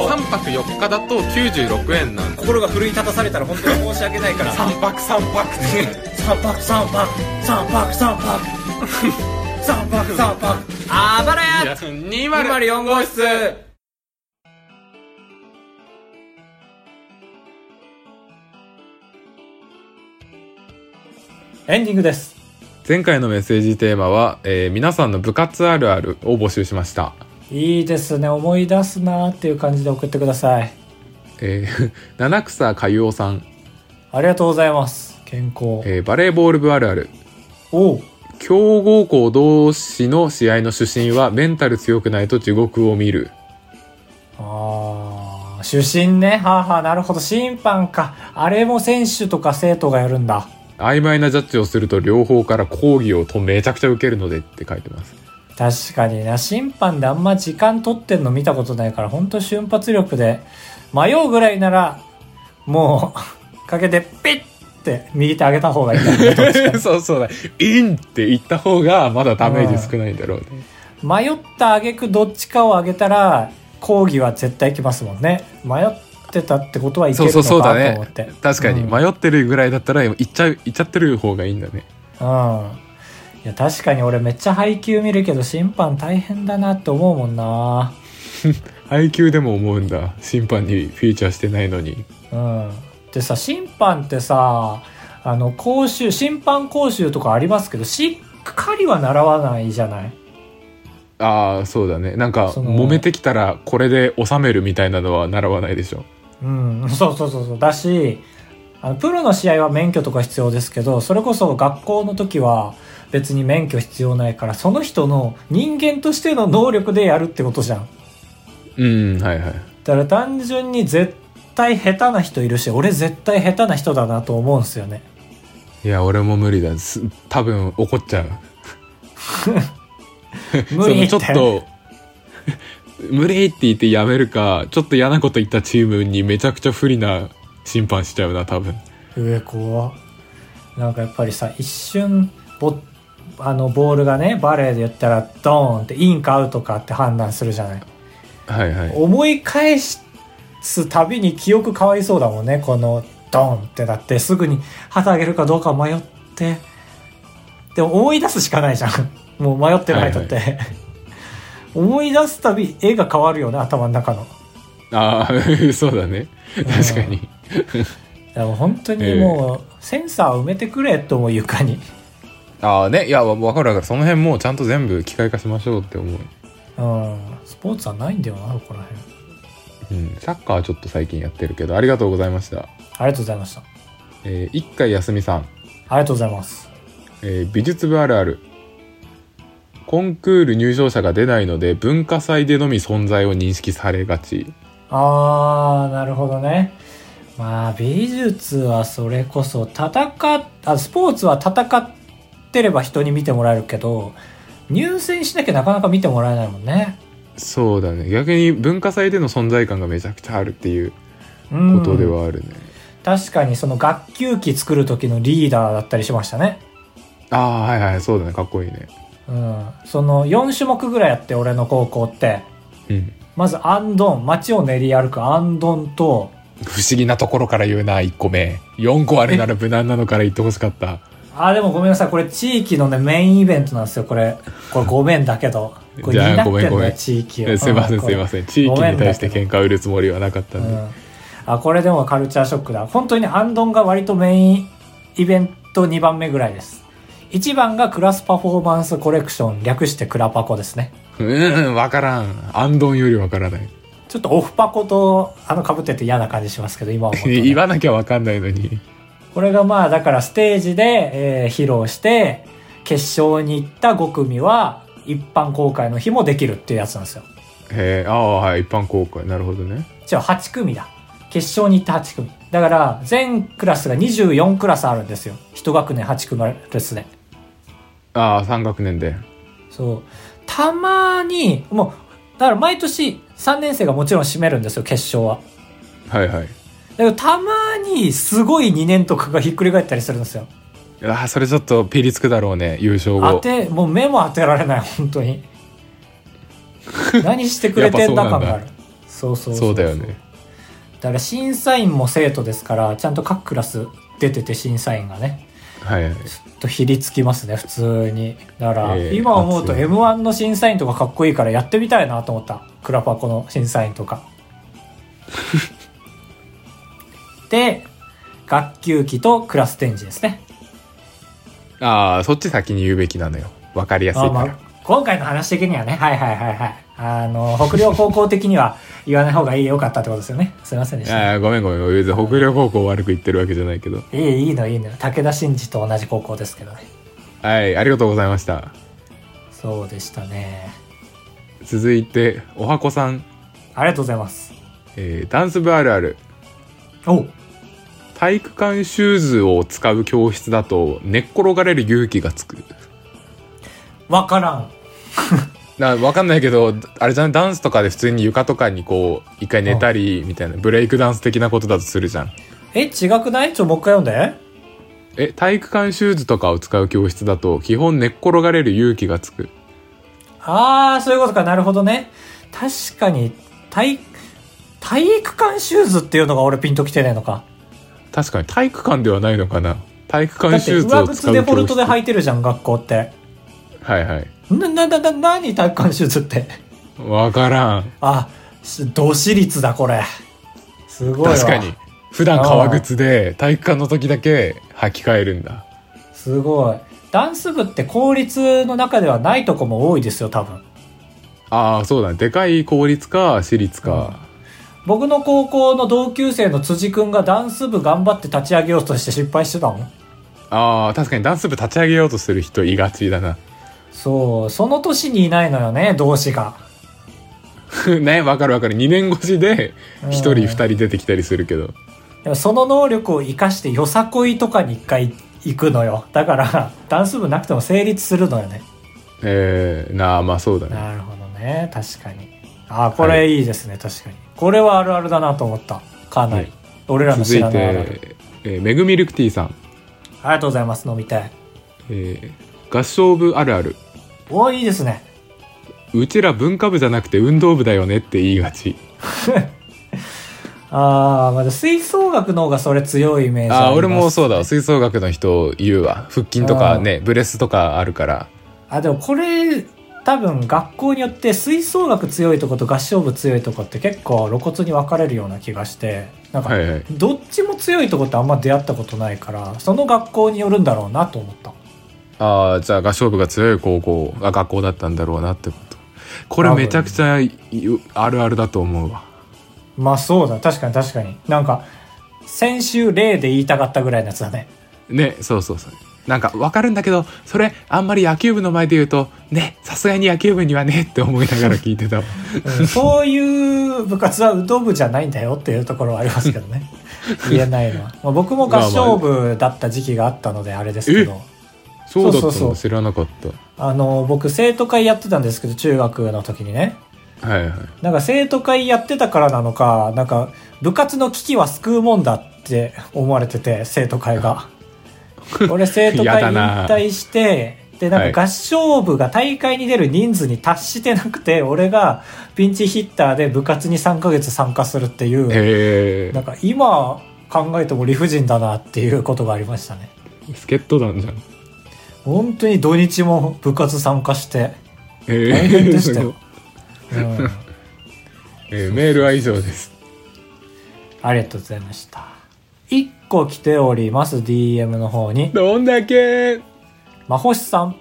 3泊4日だと96円なんです
心が奮い立たされたら本当に申し訳ないから。3泊3泊3泊3泊3泊3泊3泊3泊あばらや
204号室
エンディングです。
前回のメッセージテーマは、えー皆さんの部活あるあるを募集しました
いいですね。思い出すなーっていう感じで送ってください。
えー *laughs* 七草かゆおさん、
ありがとうございます。健康。
えーバレーボール部あるある
おう。
強豪校同士の試合の主審はメンタル強くないと地獄を見る
ああ、主審ね。はあ、はあ、なるほど。審判か。あれも選手とか生徒がやるんだ。
曖昧なジャッジをすると両方から抗議をとめちゃくちゃ受けるのでって書いてます
確かにな。審判であんま時間取ってんの見たことないから、ほんと瞬発力で、迷うぐらいなら、もう、 *laughs* かけて、ピッって右手上げた方がいいんだろうね。
*laughs* *laughs* そうそうだインって言った方がまだダメージ少ないんだろうね
迷った挙句どっちかを上げたら、抗議は絶対来ますもんね。迷ってたってことはいけ
そう
る
そ
の
うそう
か
だ
と思っ
ね
て。
確かに
うん
迷ってるぐらいだったら行っちゃう行っちゃってる方がいいんだね
うん。いや、確かに俺めっちゃ配球見るけど審判大変だなって思うもんな。
配球でも思うんだ審判にフィーチャーしてないのに
うん。でさ、審判ってさ、あの、講習、審判講習とかありますけど、しっかりは習わないじゃない
ああそうだねなんか
その
揉めてきたらこれで収めるみたいなのは習わないでしょ
うん。 *laughs* そうそうそうそう。だし、あのプロの試合は免許とか必要ですけど、それこそ学校の時は別に免許必要ないから、その人の人間としての能力でやるってことじゃん。
うんはいはい
だから単純に絶対下手な人いるし俺絶対下手な人だなと思うんですよね
*laughs* いや俺も無理だす多分怒っちゃう
無理って
そのちょっと *laughs* 無理って言ってやめるかちょっと嫌なこと言ったチームにめちゃくちゃ不利な審判しちゃうな多分
上怖なんかやっぱりさ一瞬ボあのボールがねバレーで言ったらドーンってインかアウトかって判断するじゃない
はいはい
思い返すたびに記憶変わりそうだもんねこのドーンってなってすぐに旗あげるかどうか迷ってでも思い出すしかないじゃん *laughs* もう迷ってないとって、 *laughs* 思い出すたび絵が変わるよね頭の中の
ああ *laughs* そうだね確かに
でも本当にもうセンサー埋めてくれとも床に
ああねいやわわかるわかるその辺もうちゃんと全部機械化しましょうって思う
うんスポーツはないんだよなここら辺
うん、サッカーはちょっと最近やってるけどありがとうございました、
ありがとうございました。
えー一回休みさん、
ありがとうございます。
えー美術部あるあるコンクール入賞者が出ないので文化祭でのみ存在を認識されがち
あー、なるほどね。まあ、美術はそれこそ、戦っ、あ、スポーツは戦ってれば人に見てもらえるけど、入選しなきゃなかなか見てもらえないもんね。
そうだね逆に文化祭での存在感がめちゃくちゃあるっていう
うん。
ことではあるね、
確かにその学級期作る時のリーダーだったりしましたね。
ああはいはいそうだねかっこいいね
うん。その4種目ぐらいやって、俺の高校って。
うん
まず、アンドン、街を練り歩くアンドンと、
不思議なところから言うな1個目4個あるなら無難なのから言ってほしかった
あー、でもごめんなさい。これ地域のね、メインイベントなんですよ。これ、これごめんだけど。これ
じゃ
担
あ
ってんだよ
ごめんごめん
地域
え
を。
すいませんすいま
せ
せん地域に対して喧嘩売るつもりはなかったんで、
うん、あ、これでもカルチャーショックだ。本当にね、アンドンが割とメインイベント2番目ぐらいです。1番がクラスパフォーマンスコレクション、略してクラパコですね。
うーん分からんアンドンより分からない
ちょっとオフパコと、あの、被ってて嫌な感じしますけど、今は、
言わなきゃ分かんないのに
これがまあだからステージで、えー披露して決勝に行った5組は一般公開の日もできるっていうやつなんですよ
へえああはい一般公開なるほどね
違う8組だ決勝に行った8組だから全クラスが24クラスあるんですよ一学年8組ですね
ああ3学年で
そうたまにもうだから毎年3年生がもちろん占めるんですよ決勝は
はいはい
だけどたまにすごい2年とかがひっくり返ったりするんですよ
ああそれちょっとピリつくだろうね優勝
当
後
てもう目も当てられない本当に何してくれてんだ感があるそうそう
そうだよね
だから審査員も生徒ですからちゃんと各クラス出てて審査員がね
はいはい
ちょっとひりつきますね普通にだから、
ええ
今思うと
熱い
m 1の審査員とかかっこいいからやってみたいなと思ったクラパコの審査員と
*laughs*
かで学級期とクラス展示ですね
ああそっち先に言うべきなのよ分かりやすい
あ
か
ま
ら
あ、今回の話的にはね、はいはいはいはい。あの、北陵高校的には言わない方がいいよかったってことですよね。すいませんでした。
ああごめんごめんごめん別に北陵高校を悪く言ってるわけじゃないけど
いい、いいのいいの。武田真治と同じ高校ですけどね。
はいありがとうございました
そうでしたね。
続いておはこさん、
ありがとうございます。
えーダンス部あるある
お
体育館シューズを使う教室だと寝っ転がれる勇気がつく
わからん。
なわかんないけどあれじゃないダンスとかで普通に床とかにこう一回寝たりみたいなブレイクダンス的なことだとするじゃん
え、違くないちょ、もう一回読んで。
え体育館シューズとかを使う教室だと基本寝っ転がれる勇気がつく
あー、そういうことか。なるほどね。確かに、体、体育館シューズっていうのが俺ピンときてないのか。
確かに体育館ではないのかな体育
だ
館
って
シューズ
上
を使
靴
う
デ
教
フォル
室
トで履いてるじゃん、学校って。
はいはい
な、な、な、な、何体育館シューズって。
わからん
あ、しど私立だ、これ。すごいわ。
確かに。普段革靴で体育館の時だけ履き替えるんだ
すごい。ダンス部って公立の中ではないとこも多いですよ、多分。
ああそうだねでかい公立か私立か、
僕の高校の同級生の辻くんがダンス部頑張って立ち上げようとして失敗してたもん。
ああ確かにダンス部立ち上げようとする人いがちだな
そう、その年にいないのよね、同志が。
*laughs* ねわかるわかる2年越しで
うん
1人2人出てきたりするけど
でもその能力を活かしてよさこいとかに一回行くのよ。だから、 *laughs* ダンス部なくても成立するのよね。
えー、なあまあそうだね
なるほどね、確かに。あ、これいいですね、確かに。これはあるあるだなと思った。かなり。
うん
俺らの
続
知
い
らないあるある
て、えー、めぐみルクティさん、
ありがとうございます、飲みたい。
えー合唱部あるある
おいいですね。
うちら文化部じゃなくて運動部だよねって言いがち
ああ、まだ吹奏楽の方がそれ強いイメージ
ああー俺も
う。
そうだわ吹奏楽の人言うわ腹筋とかねブレスとかあるから
あ、でもこれ、多分学校によって吹奏楽強いとこと合唱部強いとこって結構露骨に分かれるような気がして、なんか、
はいはい
どっちも強いとこってあんま出会ったことないから、その学校によるんだろうなと思った。
ああじゃあ合唱部が強い高校が学校だったんだろうなってことこれめちゃくちゃいあるあるだと思うわ
まあそうだ、確かに確かに。なんか、先週例で言いたかったぐらいのやつだね。
ねそうそうそうなんかわかるんだけどそれあんまり野球部の前で言うとねさすがに野球部にはねって思いながら聞いてたわ
うんそういう部活は動部じゃないんだよっていうところはありますけどね。言えないのは。まあ、僕も合唱部だった時期があったのであれですけど。
*laughs* そうだった
そう
の
そうそう
知らなかった
あの、僕生徒会やってたんですけど、中学の時にね。
はいはい
なんか生徒会やってたからなのか、なんか部活の危機は救うもんだって思われてて、生徒会が。俺生徒
や
会
だ
引
な
退して、で、なんか合唱部が大会に出る人数に達してなくて、俺がピンチヒッターで部活に3ヶ月参加するっていう、
へ
なんか今考えても理不尽だなっていうことがありましたね。
え助っ人団じゃん
本当に土日も部活参加して、
へ
大変でした
すご
よ
い。
うん、
*laughs* えーメールは以上です
ありがとうございました。1個来ております、DM の方に。
どんだけ
まほしさん。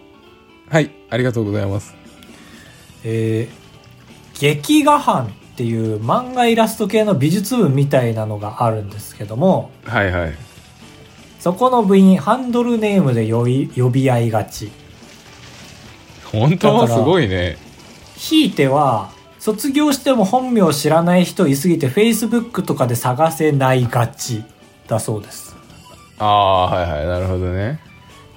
はいありがとうございます
えー、劇画班っていう漫画イラスト系の美術部みたいなのがあるんですけども、
はいはい
そこの部員、ハンドルネームで呼び呼び合いがち。
本当はすごいね
ひいては、卒業しても本名知らない人いすぎて Facebook とかで探せないがちだそうです。
ああーはいはいなるほどね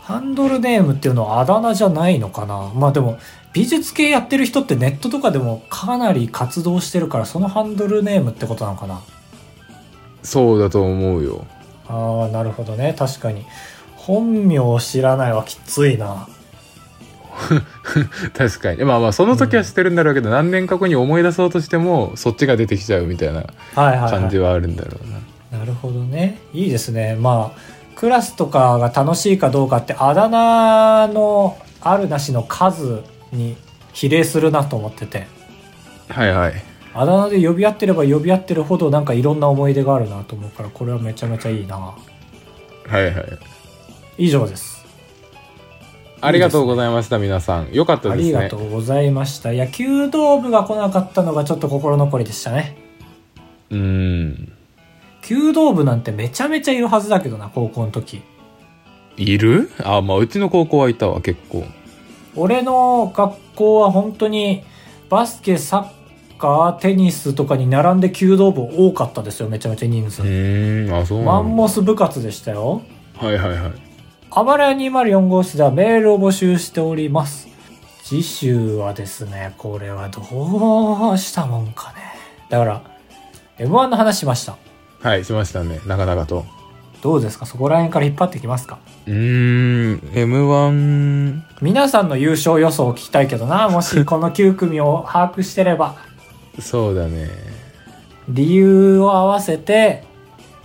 ハンドルネームっていうのはあだ名じゃないのかなまあでも、美術系やってる人ってネットとかでもかなり活動してるから、そのハンドルネームってことなのかな
そうだと思うよ
ああ、なるほどね。確かに。本名を知らないはきついな。
確かにまあまあその時はしてるんだろうけど、何年か後に思い出そうとしてもそっちが出てきちゃうみたいな
はいはい、
感じ
は
はあるんだろうな、
い。なるほどね。いいですね。まあ、クラスとかが楽しいかどうかって、あだ名のあるなしの数に比例するなと思ってて。
はい、はい
あだ名で呼び合ってれば呼び合ってるほどなんかいろんな思い出があるなと思うから、これはめちゃめちゃいいな。
はいはい
以上です。
ありがとうございました皆さんよかった
あ
で
り
す
が
ね
とうございました。野球道部が来なかったのがちょっと心残りでしたね。
うーん
弓道部なんてめちゃめちゃいるはずだけどな、高校の時。
いるあまあうちの高校はいたわ結構
俺の学校は本当にバスケ、サッカー、テニスとかに並んで弓道部多かったですよ、めちゃめちゃ人数。
うーんあそう
マ
な
ン
んだ
モス部活でしたよ。
はいはいはい
あばらや204号室ではメールを募集しております。次週はですね、これはどうしたもんかね。だから、M1 の話しました。
はいしましたねなかなかと
どうですかそこら辺から引っ張ってきますか
うーん M1
皆さんの優勝予想を聞きたいけどな、もしこの9組を把握してれば、
そうだね
理由を合わせて、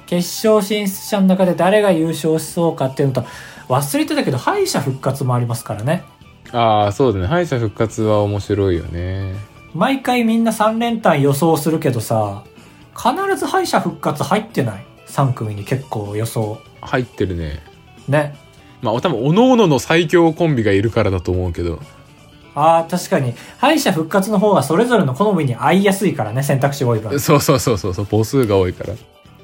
決勝進出者の中で誰が優勝しそうかっていうのと、忘れてたけど、敗者復活もありますからね。
ああそうだね敗者復活は面白いよね
毎回みんな3連単予想するけどさ、必ず敗者復活入ってない ?3 組に結構予想。
入ってるね
ね。
まあ多分おのおのの最強コンビがいるからだと思うけど
ああ、確かに、敗者復活の方がそれぞれの好みに合いやすいからね、選択肢多い分。
そうそうそうそうそう母数が多いから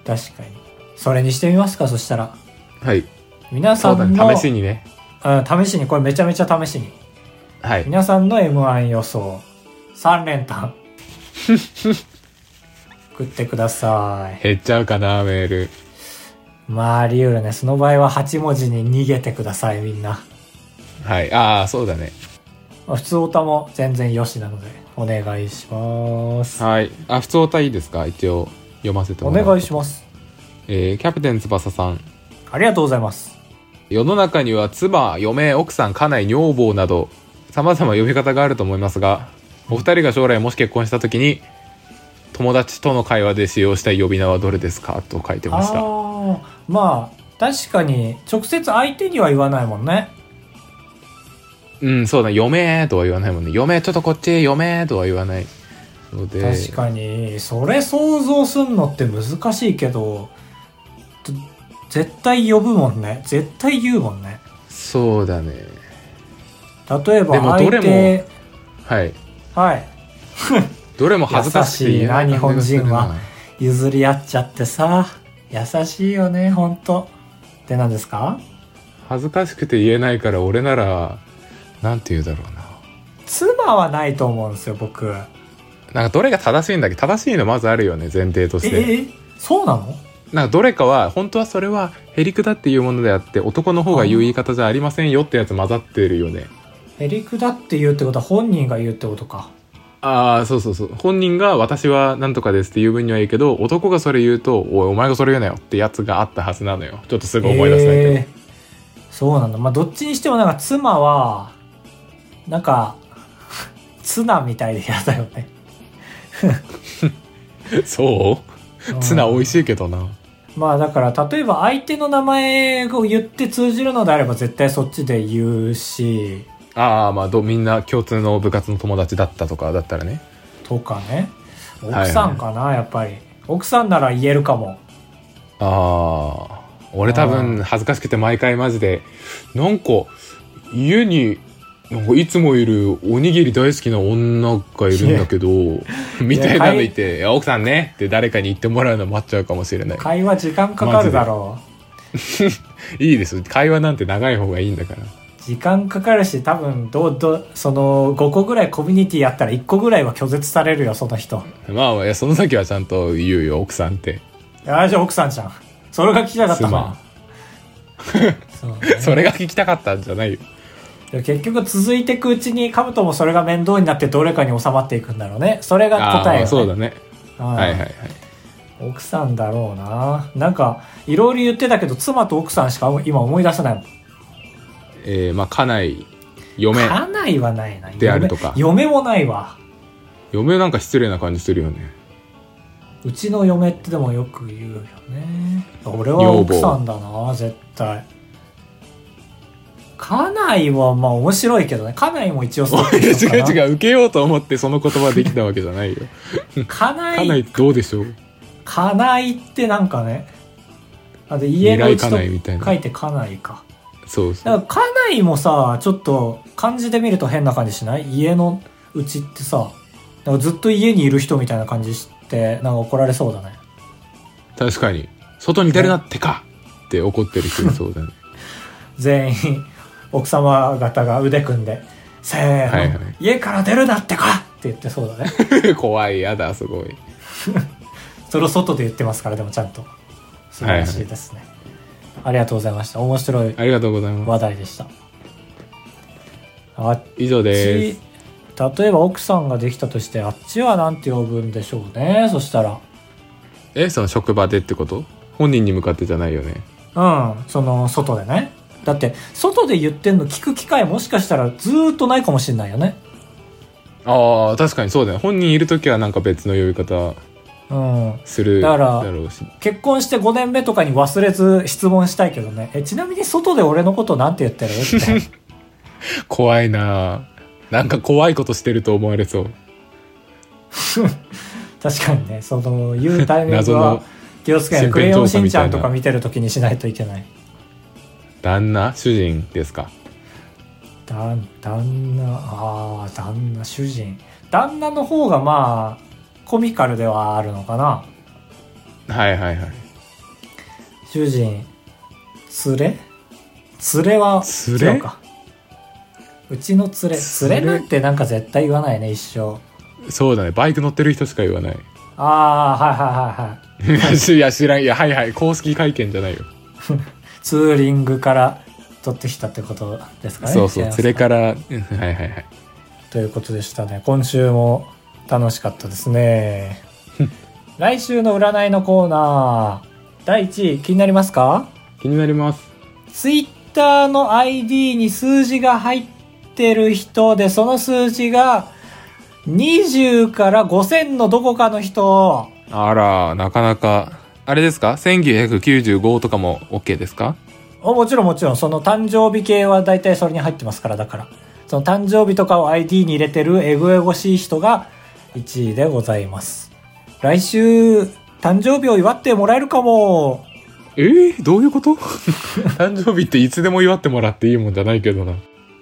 確かに。それにしてみますか、そしたら。
はい
皆さ
そ
ん
うだ
の、
ね試しにね
うん、試しに、これめちゃめちゃ試しに。
はい
皆さんの M1 予想、3連
*laughs*
単。送ってください。
減っちゃうかなメール
まあ、あり得るね。その場合は8文字に逃げてください、みんな。
はいああそうだね
まあ普通オタも全然良しなので、お願いします。
はいあ普通おたいいですか一応読ませて
お
もらう
願いします。
えーキャプテン翼さん
ありがとうございます。
世の中には妻嫁奥さん家内女房など様々呼び方があると思いますがお二人が将来もし結婚した時に友達との会話で使用したい呼び名はどれですかと書いてまし
あ
た
ーまあ、確かに、直接相手には言わないもんね。
うんそうだ嫁とは言わないもんね嫁ちょっとこっち嫁とは言わないので
確かにそれ想像すんのって難しいけどと絶対呼ぶもんね絶対言うもんね
そうだね
例えば
でもど
相
れも
手
はい
はい
どれも恥ずかしくて言えない
優しいな日本人は
感じがする
譲り合っちゃってさ、優しいよね、ほんと。って何ですか
恥ずかしくて言えないから俺ならなんて言うだろうな
妻はないと思うんですよ、僕。
なんかどれが正しいんだっけ正しいのまずあるよね前提とし
え、
て
え、そうなの
なんかどれかは本当はそれはへりくだっていうものであって男の方が言う言い方じゃありませんよってやつ混ざってるよね
へりくだって言うってことは本人が言うってことか。
ああそうそうそう本人が「私は何とかです」って言う分にはいいけど男がそれ言うと「おいお前がそれ言うなよ」ってやつがあったはずなのよちょっとすぐ思い出せないけど、
えーそうなんだ。まあ、どっちにしてもなんか妻は、なんか、ツナみたいで嫌だよね。
*laughs* そううんツナ美味しいけどな
まあだから例えば相手の名前を言って通じるのであれば絶対そっちで言うし
ああまあどみんな共通の部活の友達だったとかだったらね
とかね
いはい
奥さんかな、やっぱり奥さんなら言えるかも
ああ俺多分恥ずかしくて毎回マジでなんか家になんかいつもいるおにぎり大好きな女がいるんだけどみたいなのいて「いや奥さんね」って誰かに言ってもらうの待っちゃうかもしれない
会話時間かかるだろ
いいです会話なんて長い方がいいんだから
う時間かかるし多分どうどうその5個ぐらいコミュニティやったら1個ぐらいは拒絶されるよその人
まあいやその時はちゃんと言うよ奥さんって
あじゃあ奥さんじゃんそれが聞きたかった
妻
なそうね
それが聞きたかったんじゃないよ
でも結局続いていくうちにカブトもそれが面倒になってどれかに収まっていくんだろうねそれが
ああ
答えよ、
ま
ね、
あそうだね
うん
はいはいはい
奥さんだろうななんかいろいろ言ってたけど妻と奥さんしか今思い出せないもん
えー、まあ家内嫁
家内はないな
であるとか
嫁嫁もないわ
嫁なんか失礼な感じするよね
うちの嫁ってでもよく言うよね俺は奥さんだな絶対家内はまあ面白いけどね家内も一応そ
おい *laughs* 違う
う
違う受けようと思ってその言葉できたわけじゃないよ
家
家
内
内どうでしょう
家内ってなんかねあで家
未
のう
来
ち
家
と
内みたい
書
ない
て家内か
そうそ
な
うん
か家内もさちょっと漢字で見ると変な感じしない家のうちってさなんかずっと家にいる人みたいな感じしてなんか怒られそうだね
確かに外に出るなってかって怒ってる人いそうだね
全員奥様方が腕組んで「せーの、
はいはい
家から出るなってか!」って言ってそうだね
*laughs* 怖いやだすごい
それを外で言ってますからでもちゃんと素晴らしいですね、ありがとうございました面白い
ありがとうございます
話題でしたあっ
以上
ち
です
例えば奥さんができたとしてあっちはなんて呼ぶんでしょうねそしたら
えその職場でってこと本人に向かってじゃないよね
うん、その、外でね。だって、外で言ってんの聞く機会もしかしたらずーっとないかもしれないよね。
ああ確かにそうだね本人いる時はなんか別の呼び方
うん。
する
だ
だ
から
ろうし
結婚して5年目とかに忘れず質問したいけどね。え、ちなみに外で俺のことなんて言ってる
*laughs*
って。
怖いななんか怖いことしてると思われそう
確かにね、その、言うタイミング
謎
は
の
気をつけない。
身
クレ
辺
ヨ
調
ン
査
しん
み
ち
たい
ゃ
なん
とか見てる時にしないといけない。
旦那主人ですか
だん、旦那、ああ、旦那、主人。旦那の方がまあ、コミカルではあるのかな。
はいはいはい
主人連れ連れは
連れ
違うかうちの連れ
連
連れ
れ
なんてなんか絶対言わないね一生
そうだねバイク乗ってる人しか言わない
ああはいはいはいはい
*laughs* いや知らんいやはいはい公式会見じゃないよ、
ツーリングから取ってきたってことですかね
そうそう
違い
連
ます
れからうんはいはいはい
ということでしたね今週も楽しかったですね来週の占いのコーナー第1位気になりますか
気になります
ツイッターの ID に数字が入ってる人で、その数字が20から5000のどこかの人。
あらなかなかあれですか1995とかも OK ですか
おもちろんもちろん、その誕生日系は大体それに入ってますから、だから。その誕生日とかを ID に入れてるエゴエゴしい人が1位でございます。来週、誕生日を祝ってもらえるかも。
えー、どういうこと誕生日っていつでも祝ってもらっていいもんじゃないけどな。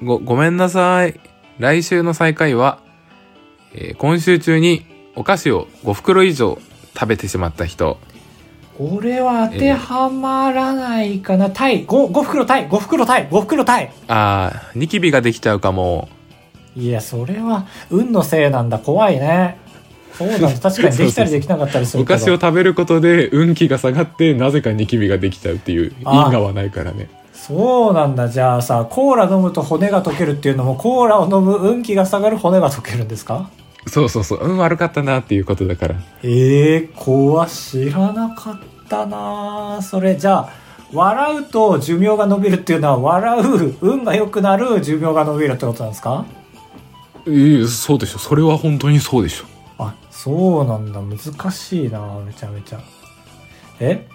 ご、ごめんなさい。来週の再会は、えー今週中にお菓子を5袋以上食べてしまった人
俺は当てはまらないかな。タイ、5、5袋タイ、5袋タイ、5袋タイ。
ああニキビができちゃうかも
いや、それは、運のせいなんだ。怖いね。そうなんだ。確かにできたりできなかったりす
お
るけ
菓
ど。
子を食べることで運気が下がってなぜかニキビができちゃうっていう因
あー
果はないからね
そうなんだ。じゃあさ、コーラ飲むと骨が溶けるっていうのも、コーラを飲む運気が下がる骨が溶けるんですか
そうそうそう運悪かったなっていうことだから
ええー、怖っ知らなかったなあそれじゃあ、笑うと寿命が伸びるっていうのは、笑う、運が良くなる、寿命が伸びるってことなんですか
ええそうでしょそれは本当にそうでし *laughs* ょ
あ、そうなんだ。難しいなめちゃめちゃ。え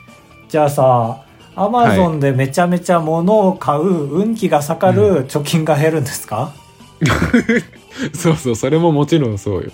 じゃあさ、アマゾンでめちゃめちゃ物を買う、運気が下がる、貯金が減るんですか
そうそうそれももちろんそうよ